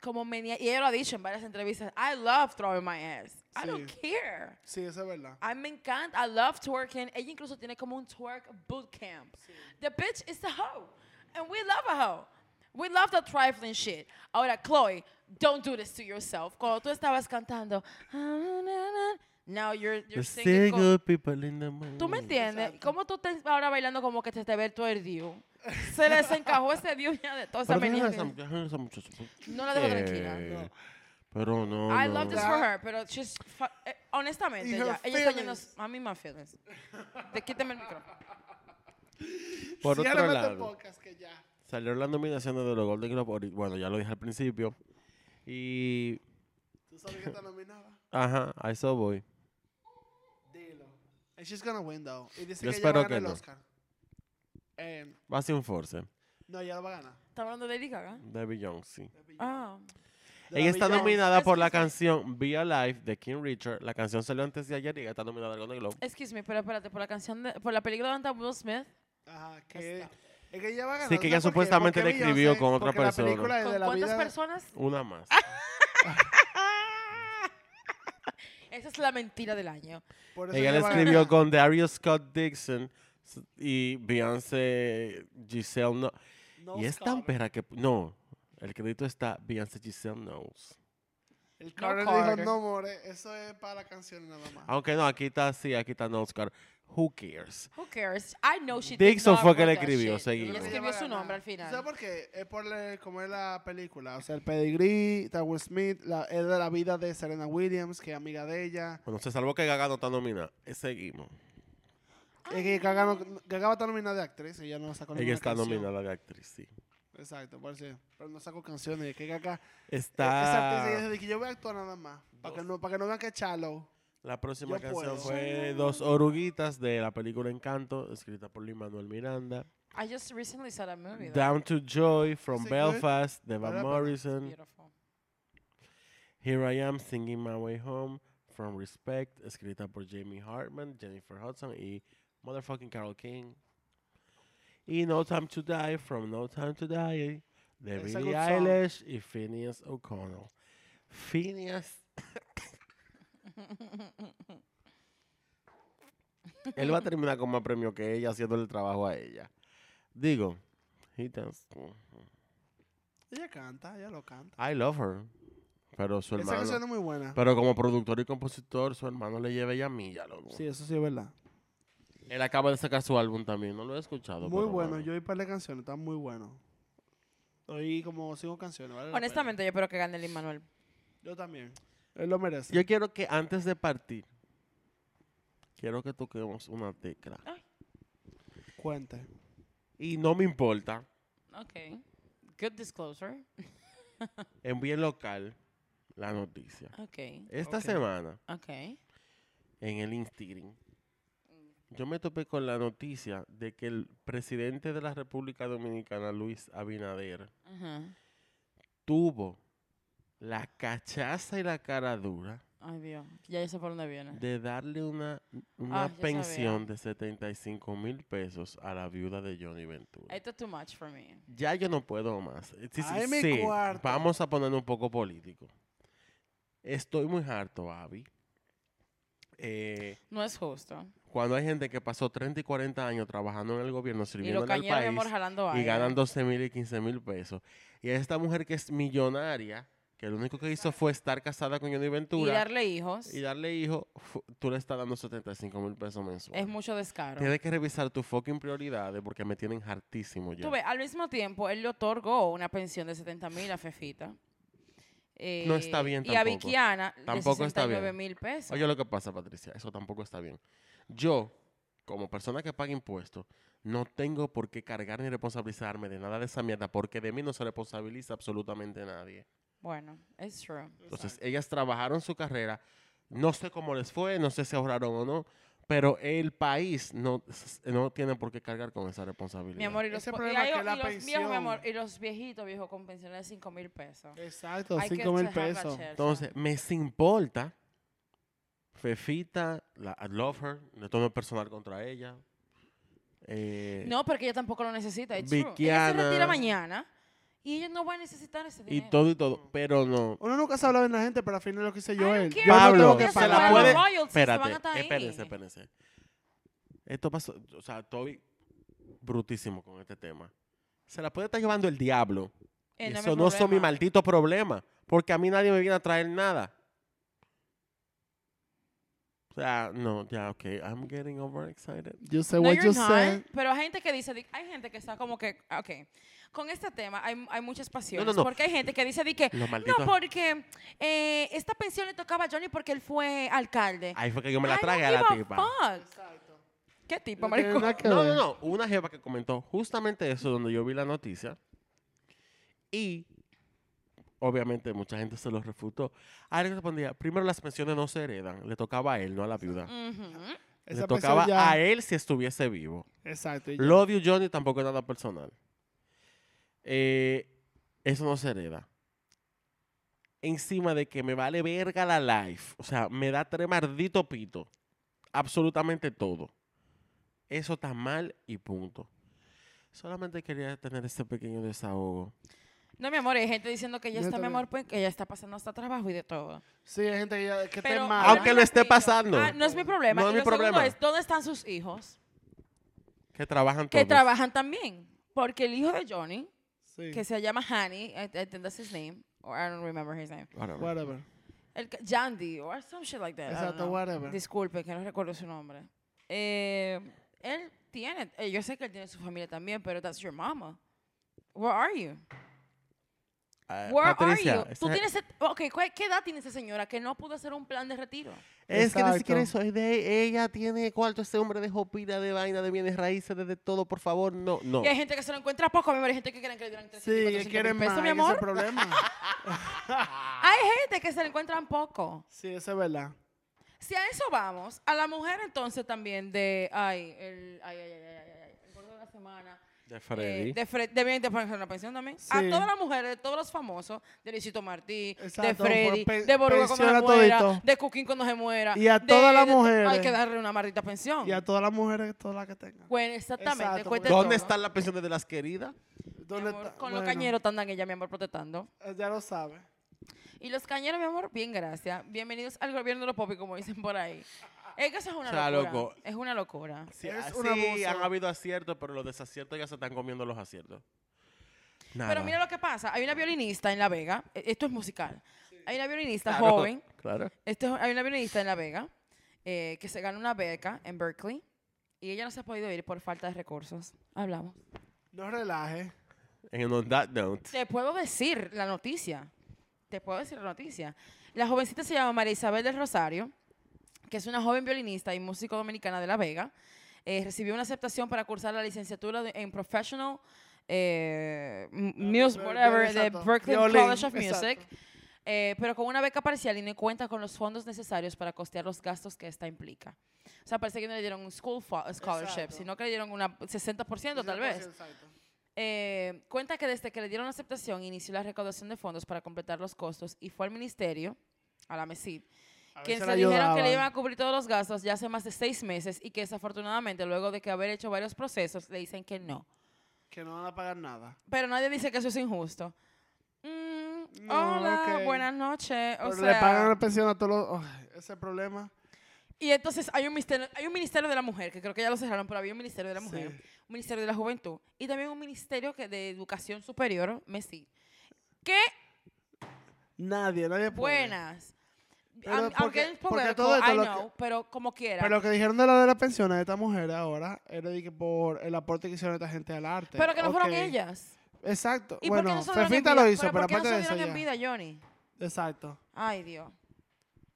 Speaker 2: Como media, y ella lo ha dicho en varias entrevistas. I love throwing my ass. I don't
Speaker 4: Sí.
Speaker 2: care.
Speaker 4: Sí, eso es verdad.
Speaker 2: A mí me encanta, I love twerking. Ella incluso tiene como un twerk bootcamp. The bitch is a hoe. And we love a hoe. We love the trifling shit. Ahora, Chloe, don't do this to yourself. Cuando tú estabas cantando, "Ah, now you're, you're
Speaker 3: The
Speaker 2: singing. con-
Speaker 3: single people in the morning.
Speaker 2: ¿Tú me entiendes?
Speaker 4: Exacto.
Speaker 2: ¿Cómo tú estás ahora bailando como que te te ve todo el diu? Se les encajó ese diu ya de toda esa
Speaker 3: Pero déjala
Speaker 2: menina.
Speaker 3: esa-
Speaker 2: que-
Speaker 3: déjala esa muchacha, ¿por
Speaker 2: No la dejo
Speaker 3: qué?
Speaker 2: tranquila. no.
Speaker 3: Pero no,
Speaker 2: I
Speaker 3: no.
Speaker 2: love this
Speaker 4: Ya.
Speaker 2: for her, pero she's fa- eh, honestamente,
Speaker 4: Y her
Speaker 2: ya, ella está yendo
Speaker 4: feelings.
Speaker 2: a mí más feelings. Te quítame el micrófono.
Speaker 3: Por otro
Speaker 4: Ciérrame este
Speaker 3: lado,
Speaker 4: podcast que ya.
Speaker 3: salió la nominación de los Golden Globe. ahorita- Bueno, ya lo dije al principio. Y...
Speaker 4: ¿Tú sabes que está nominada?
Speaker 3: Ajá, a eso voy.
Speaker 4: Dilo. And she's gonna win, though. Y dice
Speaker 3: Yo
Speaker 4: que ella
Speaker 3: espero
Speaker 4: va a ganar
Speaker 3: que
Speaker 4: el
Speaker 3: no.
Speaker 4: Oscar. Eh,
Speaker 3: Va a ser un force.
Speaker 4: no, ella lo va a ganar.
Speaker 2: ¿Está hablando de Lady Gaga?
Speaker 3: De Beyoncé.
Speaker 2: Ah.
Speaker 4: De
Speaker 3: Ella
Speaker 4: la
Speaker 3: está
Speaker 4: Beyoncé.
Speaker 3: nominada
Speaker 2: Es
Speaker 3: por la
Speaker 2: que-
Speaker 3: canción Be Alive de King Richard. La canción salió antes de ayer y ella está nominada al Golden Globe.
Speaker 2: Excuse me, pero espérate, por la canción de, por la película donde anda Will Smith
Speaker 4: Ajá, que. Es que ella va a ganar.
Speaker 3: Sí, que ella
Speaker 4: ¿sabes por qué?
Speaker 3: supuestamente
Speaker 4: Porque
Speaker 3: le escribió
Speaker 4: Beyoncé-
Speaker 3: con otra
Speaker 4: porque la
Speaker 3: persona.
Speaker 4: película es de
Speaker 2: con
Speaker 4: la
Speaker 2: cuántas
Speaker 4: vida-
Speaker 2: personas?
Speaker 3: Una más.
Speaker 2: Ah, Esa es la mentira del año.
Speaker 4: por eso
Speaker 3: Ella la
Speaker 4: va a
Speaker 3: escribió
Speaker 4: ganar.
Speaker 3: con Darius Scott Dixon s- y Beyoncé Giselle. No.
Speaker 4: Knows
Speaker 3: y es tan
Speaker 4: Carter.
Speaker 3: perra que... No, el crédito está Beyoncé Giselle Knowles.
Speaker 4: El
Speaker 2: No
Speaker 4: Carter
Speaker 2: Carter.
Speaker 4: dijo, no, more, eso es para la canción nada más.
Speaker 3: Aunque no, aquí está sí, aquí está Knowles Carter. Who cares?
Speaker 2: Who cares? I know she did
Speaker 3: Dixon
Speaker 2: not
Speaker 3: fue que
Speaker 2: wrote
Speaker 3: le
Speaker 2: that
Speaker 3: escribió,
Speaker 2: shit.
Speaker 3: seguimos.
Speaker 2: Le
Speaker 3: No le
Speaker 2: escribió su nombre al
Speaker 4: ¿Sabes
Speaker 2: final.
Speaker 4: por qué? Es por el- como es la película. O sea, el pedigrí, de Will Smith, la, es de la vida de Serena Williams, que es amiga de ella.
Speaker 3: Bueno, se salvó que Gaga no está nominada. Eh, Seguimos. Ah.
Speaker 4: Es que Gaga, no- Gaga está nominada de actriz y ya no sacó
Speaker 3: Ella
Speaker 4: ninguna
Speaker 3: está
Speaker 4: canción. E-,
Speaker 3: nominada de actriz, sí.
Speaker 4: Exacto, por eso. Pero no sacó canciones. Es que Gaga... Esa
Speaker 3: Está...
Speaker 4: actriz ella dice que yo voy a actuar nada más. Para que, no, para que no vean que es Chalo.
Speaker 3: La próxima
Speaker 4: Yo
Speaker 3: canción
Speaker 4: puedo.
Speaker 3: fue Dos Oruguitas de la película Encanto, escrita por Luis Manuel Miranda.
Speaker 2: I just recently saw that movie. though.
Speaker 3: Down to Joy from
Speaker 4: Is it good?
Speaker 3: Belfast de
Speaker 4: Vale
Speaker 3: Van
Speaker 4: la pena.
Speaker 3: Morrison.
Speaker 2: Beautiful.
Speaker 3: Here I Am Singing My Way Home from Respect, escrita por Jamie Hartman, Jennifer Hudson y motherfucking Carol King. Y No Time to Die from No Time to Die de
Speaker 4: It's a
Speaker 3: Billie
Speaker 4: good song.
Speaker 3: Eilish y Phineas O'Connell. Phineas. Él va a terminar con más premio que ella haciéndole el trabajo a ella. Digo, he does.
Speaker 4: Ella canta, ella lo canta.
Speaker 3: I love her. Pero su
Speaker 4: Esa
Speaker 3: hermano.
Speaker 4: canción es muy buena.
Speaker 3: Pero como productor y compositor, su hermano le lleva ella milla, loco.
Speaker 4: Sí, eso sí es verdad.
Speaker 3: Él acaba de sacar su álbum también, no lo he escuchado.
Speaker 4: Muy
Speaker 3: pero
Speaker 4: bueno. Yo oí par de canciones, están muy buenos. Oí como cinco canciones, ¿vale? la pena.
Speaker 2: Honestamente, yo espero que gane Lin Manuel.
Speaker 4: Yo también. Él lo merece.
Speaker 3: Yo quiero que antes de partir, quiero que toquemos una tecla.
Speaker 4: Cuente.
Speaker 3: Y no me importa,
Speaker 2: Okay. Good disclosure.
Speaker 3: en bien local, la noticia.
Speaker 2: Okay.
Speaker 3: Esta
Speaker 4: Ok.
Speaker 3: semana,
Speaker 2: Okay.
Speaker 3: en el Instagram, yo me topé con la noticia de que el presidente de la República Dominicana, Luis Abinader,
Speaker 2: Ajá.
Speaker 3: tuvo la cachaza y la cara dura
Speaker 2: Ay, Dios. Ya yo sé por dónde viene.
Speaker 3: de darle una, una
Speaker 2: Ah, ya
Speaker 3: pensión de 75 mil pesos a la viuda de Johnny Ventura.
Speaker 2: Esto es too much for me.
Speaker 3: Ya yo no puedo más. Eh, Sí, sí,
Speaker 4: Ay, mi
Speaker 3: sí,
Speaker 4: cuarto.
Speaker 3: Vamos a poner un poco político. Estoy muy harto, Abby. Eh,
Speaker 2: No es justo.
Speaker 3: cuando hay gente que pasó 30 y 40 años trabajando en el gobierno,
Speaker 2: Y
Speaker 3: sirviendo
Speaker 2: los
Speaker 3: en el
Speaker 2: cañeros de amor ¿eh?
Speaker 3: país
Speaker 2: jalando
Speaker 3: y
Speaker 2: aire.
Speaker 3: ganan 12 mil y 15 mil pesos. Y a esta mujer que es millonaria, que lo único que hizo fue estar casada con Johnny
Speaker 2: Y
Speaker 3: Ventura.
Speaker 2: darle hijos.
Speaker 3: y darle hijo, fu- tú le estás dando 75 mil pesos mensuales.
Speaker 2: Es mucho descaro.
Speaker 3: Tienes que revisar tus fucking prioridades porque me tienen hartísimo ya.
Speaker 2: Tú ves, al mismo tiempo, él le otorgó una pensión de 70 mil a Fefita. Eh,
Speaker 3: No está bien
Speaker 2: Y a
Speaker 3: tampoco.
Speaker 2: Vickiana
Speaker 3: Tampoco
Speaker 2: de
Speaker 3: está bien.
Speaker 2: 69 mil pesos.
Speaker 3: Oye lo que pasa, Patricia, eso tampoco está bien. Yo, como persona que paga impuestos, no tengo por qué cargar ni responsabilizarme de nada de esa mierda porque de mí no se responsabiliza absolutamente nadie.
Speaker 2: Bueno, it's true.
Speaker 3: Entonces, ellas trabajaron su carrera. No sé cómo les fue, no sé si ahorraron o no, pero el país no, no tiene por qué cargar con esa responsabilidad.
Speaker 2: Mi amor, y los,
Speaker 4: Ese
Speaker 2: po- y
Speaker 4: problema
Speaker 2: hay-
Speaker 4: es que
Speaker 2: y
Speaker 4: la
Speaker 2: los viejos, mi amor,
Speaker 4: pensión-
Speaker 2: y los viejitos, viejo, con pensiones de 5 mil pesos.
Speaker 4: Exacto,
Speaker 2: Hay que
Speaker 4: cinco mil
Speaker 2: dejar la
Speaker 4: pesos.
Speaker 2: chercha.
Speaker 3: Entonces, me importa. Fefita, la, I love her. No tomo personal contra ella. Eh,
Speaker 2: No, porque ella tampoco lo necesita. It's true. Ella se
Speaker 3: Vickiana-
Speaker 2: retira mañana y ella no va a necesitar ese
Speaker 3: Y
Speaker 2: dinero.
Speaker 3: todo y todo. Pero no.
Speaker 4: Uno nunca sabe la vaina de la gente, pero al final lo que hice yo él.
Speaker 2: care.
Speaker 4: Yo
Speaker 3: Pablo,
Speaker 4: no tengo que
Speaker 2: se
Speaker 3: se la
Speaker 2: van
Speaker 4: pagar.
Speaker 2: a
Speaker 3: puede-
Speaker 2: royalties, se van
Speaker 3: Espérate,
Speaker 2: hasta ahí.
Speaker 3: espérense, espérense. Esto pasó. O sea, estoy brutísimo con este tema. Se la puede estar llevando el diablo. Y
Speaker 2: Eh, no es mi
Speaker 3: eso no son mi
Speaker 2: problema.
Speaker 3: maldito problema. Porque a mí nadie me viene a traer nada. O sea, no, ya, ok. I'm getting overexcited.
Speaker 4: You say
Speaker 2: No,
Speaker 4: what
Speaker 2: you're
Speaker 4: you
Speaker 2: not,
Speaker 4: say.
Speaker 2: Pero hay gente que dice, di- hay gente que está como que, ah, ok, con este tema hay, hay muchas pasiones.
Speaker 3: no.
Speaker 2: Porque hay gente que dice di que,
Speaker 3: Los
Speaker 2: no,
Speaker 3: malditos.
Speaker 2: porque eh, esta pensión le tocaba a Johnny porque él fue alcalde.
Speaker 3: Ahí fue que yo me la
Speaker 2: I don't
Speaker 3: tragué a la
Speaker 2: give a
Speaker 3: tipa.
Speaker 2: fuck.
Speaker 4: Exacto.
Speaker 2: ¿Qué tipo,
Speaker 4: No tiene
Speaker 2: marico?
Speaker 4: nada que
Speaker 3: No, no,
Speaker 4: ver.
Speaker 3: no. Una jefa que comentó justamente eso donde yo vi la noticia. Y obviamente mucha gente se lo refutó. Alguien respondía, primero las pensiones no se heredan. Le tocaba a él, no a la viuda.
Speaker 2: Mm. Ujú.
Speaker 3: Le
Speaker 4: Esa
Speaker 3: tocaba
Speaker 4: persona ya-
Speaker 3: a él si estuviese vivo.
Speaker 4: Exacto. y ya.
Speaker 3: Love you, Johnny, tampoco es nada personal. Eh, eso no se hereda. Encima de que me vale verga la life. O sea, me da tres maldito pito. Absolutamente todo. Eso está mal y punto. Solamente quería tener este pequeño desahogo.
Speaker 2: No, mi amor, hay gente diciendo que ya
Speaker 4: No,
Speaker 2: está,
Speaker 4: está
Speaker 2: mi
Speaker 4: bien.
Speaker 2: amor, pues, que ya está pasando hasta trabajo y de todo.
Speaker 4: Sí, hay gente que, ya, que
Speaker 2: Pero-
Speaker 4: está mal.
Speaker 3: Aunque lo esté
Speaker 2: Repito,
Speaker 3: pasando.
Speaker 2: ah, no es mi problema.
Speaker 3: No
Speaker 2: Y
Speaker 3: es mi
Speaker 2: lo segundo
Speaker 3: problema.
Speaker 2: es, ¿dónde están sus hijos?
Speaker 3: Que trabajan
Speaker 2: Que
Speaker 3: todos.
Speaker 2: trabajan también. Porque el hijo de Johnny
Speaker 4: Sí.
Speaker 2: que se llama Hani, I, I think that's his name, or I don't remember his name.
Speaker 3: Whatever.
Speaker 4: Whatever.
Speaker 2: El ca- Yandy, or some shit like that. I don't
Speaker 4: Exacto,
Speaker 2: know.
Speaker 4: whatever.
Speaker 2: Disculpe, que no recuerdo su nombre. Eh, él tiene, eh, yo sé que él tiene su familia también, pero that's your mama. Where are you?
Speaker 3: Ah,
Speaker 2: Where are
Speaker 3: Patricia,
Speaker 2: you? Tú
Speaker 3: esa-
Speaker 2: tienes, et- okay, ¿cuál- ¿qué edad tiene esa señora que no pudo hacer un plan de retiro?
Speaker 3: Es que ni siquiera
Speaker 4: Exacto.
Speaker 3: eso es de ella. Tiene cuarto ese hombre de jopita, de vaina, de bienes raíces, de, de todo, por favor. No, no.
Speaker 2: Y hay gente que se lo encuentra poco, a mí me hay gente que creen que le dieron 300 y 400
Speaker 4: Sí, que
Speaker 2: mil
Speaker 4: quieren más.
Speaker 2: pesos, mi
Speaker 4: ese es el
Speaker 2: amor.
Speaker 4: problema.
Speaker 2: Hay gente que se lo encuentran poco.
Speaker 4: sí, eso es verdad.
Speaker 2: Si a eso vamos, a la mujer entonces también de, ay, el, ay, ay, ay, ay, ay, ay, el gordo de la semana.
Speaker 3: De
Speaker 2: eh, de Fre- de bien, de Fran- una pensión también. A
Speaker 4: Sí.
Speaker 2: todas las mujeres, de todos los famosos, de Luisito Martí, de
Speaker 4: Exacto,
Speaker 2: Freddy,
Speaker 4: pe-
Speaker 2: de Boruga cuando se
Speaker 4: pensiona
Speaker 2: muera,
Speaker 4: todito.
Speaker 2: de Cooking cuando se muera.
Speaker 4: Y a
Speaker 2: de-
Speaker 4: todas las
Speaker 2: de to- Hay
Speaker 4: mujeres.
Speaker 2: que darle una maldita pensión.
Speaker 4: Y a todas las mujeres, todas las que tengan.
Speaker 2: Bueno, exactamente.
Speaker 4: Exacto,
Speaker 2: cuente
Speaker 4: porque-
Speaker 3: ¿Dónde
Speaker 2: todo.
Speaker 3: están las pensiones de las queridas?
Speaker 2: Mi
Speaker 4: ¿Dónde
Speaker 2: amor,
Speaker 4: está?
Speaker 2: con los
Speaker 4: Bueno,
Speaker 2: cañeros andan ella, mi amor, protestando.
Speaker 4: eh, Ya lo sabe.
Speaker 2: Y los cañeros, mi amor, bien, gracias. Bienvenidos al gobierno de los popis, como dicen por ahí. Es que eso es una
Speaker 3: O sea,
Speaker 2: locura.
Speaker 3: loco.
Speaker 2: Es una locura.
Speaker 3: Sí,
Speaker 4: Es
Speaker 3: ah,
Speaker 4: un
Speaker 3: sí,
Speaker 4: abuso.
Speaker 3: han habido aciertos, pero los desaciertos ya se están comiendo los aciertos. Nada.
Speaker 2: Pero mira lo que pasa. Hay una violinista en La Vega. e- Esto es musical. Hay una violinista
Speaker 3: Claro,
Speaker 2: joven.
Speaker 3: Claro.
Speaker 2: Esto es- hay una violinista en La Vega eh, que se ganó una beca en Berkeley. Y ella no se ha podido ir por falta de recursos. Hablamos.
Speaker 4: No relaje.
Speaker 3: And on that note,
Speaker 2: Te puedo decir la noticia. Te puedo decir la noticia. La jovencita se llama María Isabel del Rosario, que es una joven violinista y músico dominicana de La Vega. Eh, recibió una aceptación para cursar la licenciatura de- en Professional eh, m- Music,
Speaker 4: viol-
Speaker 2: whatever, de
Speaker 4: exacto.
Speaker 2: Berklee
Speaker 4: Violín,
Speaker 2: College of
Speaker 4: exacto.
Speaker 2: Music. eh, pero con una beca parcial y no cuenta con los fondos necesarios para costear los gastos que esta implica. O sea, parece que no le dieron un school fo- scholarship,
Speaker 4: Exacto.
Speaker 2: sino que le dieron un 60% tal vez.
Speaker 4: Exacto.
Speaker 2: Eh, cuenta que desde que le dieron la aceptación inició la recaudación de fondos para completar los costos y fue al ministerio, a la MESID,
Speaker 4: A
Speaker 2: quien
Speaker 4: veces
Speaker 2: se
Speaker 4: la
Speaker 2: dijeron que
Speaker 4: ayudaban.
Speaker 2: le iban a cubrir todos los gastos ya hace más de seis meses y que desafortunadamente luego de que haber hecho varios procesos le dicen que no.
Speaker 4: Que no van a pagar nada.
Speaker 2: Pero nadie dice que eso es injusto. Mm,
Speaker 4: No,
Speaker 2: hola,
Speaker 4: ok.
Speaker 2: buenas noches. O
Speaker 4: Pero
Speaker 2: sea,
Speaker 4: le pagan la pensión a todos los... Ay, ese problema.
Speaker 2: Y entonces hay un, ministerio, hay un ministerio de la mujer, que creo que ya lo cerraron, pero había un ministerio de la mujer,
Speaker 4: Sí.
Speaker 2: un ministerio de la juventud y también un ministerio que de educación superior, MESID, que
Speaker 4: Nadie, nadie puede.
Speaker 2: Buenas.
Speaker 4: Pero
Speaker 2: Am- aunque
Speaker 4: porque-
Speaker 2: es poco
Speaker 4: porque
Speaker 2: eco,
Speaker 4: todo esto
Speaker 2: I
Speaker 4: lo que-
Speaker 2: know, pero como quiera.
Speaker 4: Pero
Speaker 2: Pero,
Speaker 4: lo que dijeron de la de las pensiones de esta mujer ahora era de que por el aporte que hicieron esta gente al arte.
Speaker 2: que no fueron
Speaker 4: Ok.
Speaker 2: ellas.
Speaker 4: Exacto.
Speaker 2: ¿Y por qué
Speaker 4: bueno,
Speaker 2: no se dieron en
Speaker 4: Fefita
Speaker 2: vida?
Speaker 4: lo hizo, pero,
Speaker 2: ¿por qué no
Speaker 4: aparte
Speaker 2: se
Speaker 4: de eso
Speaker 2: dieron en
Speaker 4: ya.
Speaker 2: vida, Johnny?
Speaker 4: Exacto.
Speaker 2: Ay, Dios.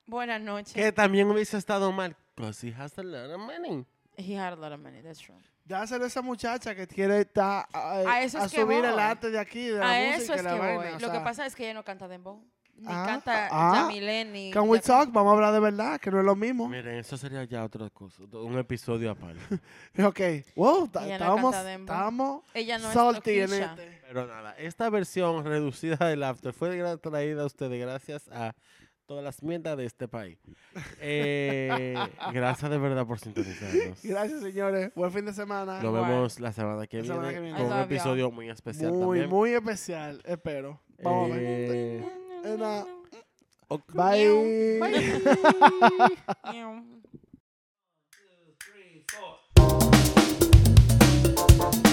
Speaker 2: Buenas noches.
Speaker 3: que también hubiese estado mal. Pues Because he has a lot of money.
Speaker 2: He had a lot of money, that's true.
Speaker 4: Ya salió esa muchacha que quiere estar a,
Speaker 2: A eso es que
Speaker 4: subir el
Speaker 2: voy.
Speaker 4: arte de aquí, de la
Speaker 2: A
Speaker 4: música
Speaker 2: eso
Speaker 4: y
Speaker 2: es que
Speaker 4: la vaina,
Speaker 2: voy.
Speaker 4: o
Speaker 2: Lo que
Speaker 4: sea,
Speaker 2: pasa es que ella no canta dembow. Ni
Speaker 4: Ah,
Speaker 2: canta
Speaker 4: ah,
Speaker 2: Yamilé, ni...
Speaker 4: Can we
Speaker 2: ya-
Speaker 4: talk? Vamos a hablar de verdad, que no es lo mismo.
Speaker 3: Miren, eso sería ya otra cosa. Un episodio aparte.
Speaker 4: Ok, wow, ta-
Speaker 2: Ella no
Speaker 4: estábamos,
Speaker 2: canta dembow.
Speaker 4: estábamos
Speaker 2: Ella no
Speaker 4: salty
Speaker 2: es
Speaker 4: en
Speaker 2: loquilla.
Speaker 4: este.
Speaker 3: Pero nada, esta versión reducida del After fue gra- traída a ustedes gracias a todas las mierdas de este país. Eh, gracias de verdad por sintonizarnos.
Speaker 4: Gracias, señores. Buen fin de semana.
Speaker 3: Nos
Speaker 2: Igual.
Speaker 3: vemos la semana que
Speaker 4: La
Speaker 3: viene
Speaker 4: semana que viene.
Speaker 3: con
Speaker 2: I
Speaker 3: un
Speaker 2: love y'all.
Speaker 3: episodio muy especial
Speaker 4: muy,
Speaker 3: también.
Speaker 4: muy especial, espero. Vamos a ver.
Speaker 3: Eh,
Speaker 4: Eh, na-
Speaker 3: ok.
Speaker 4: Bye.
Speaker 2: Miau.
Speaker 1: Three, four.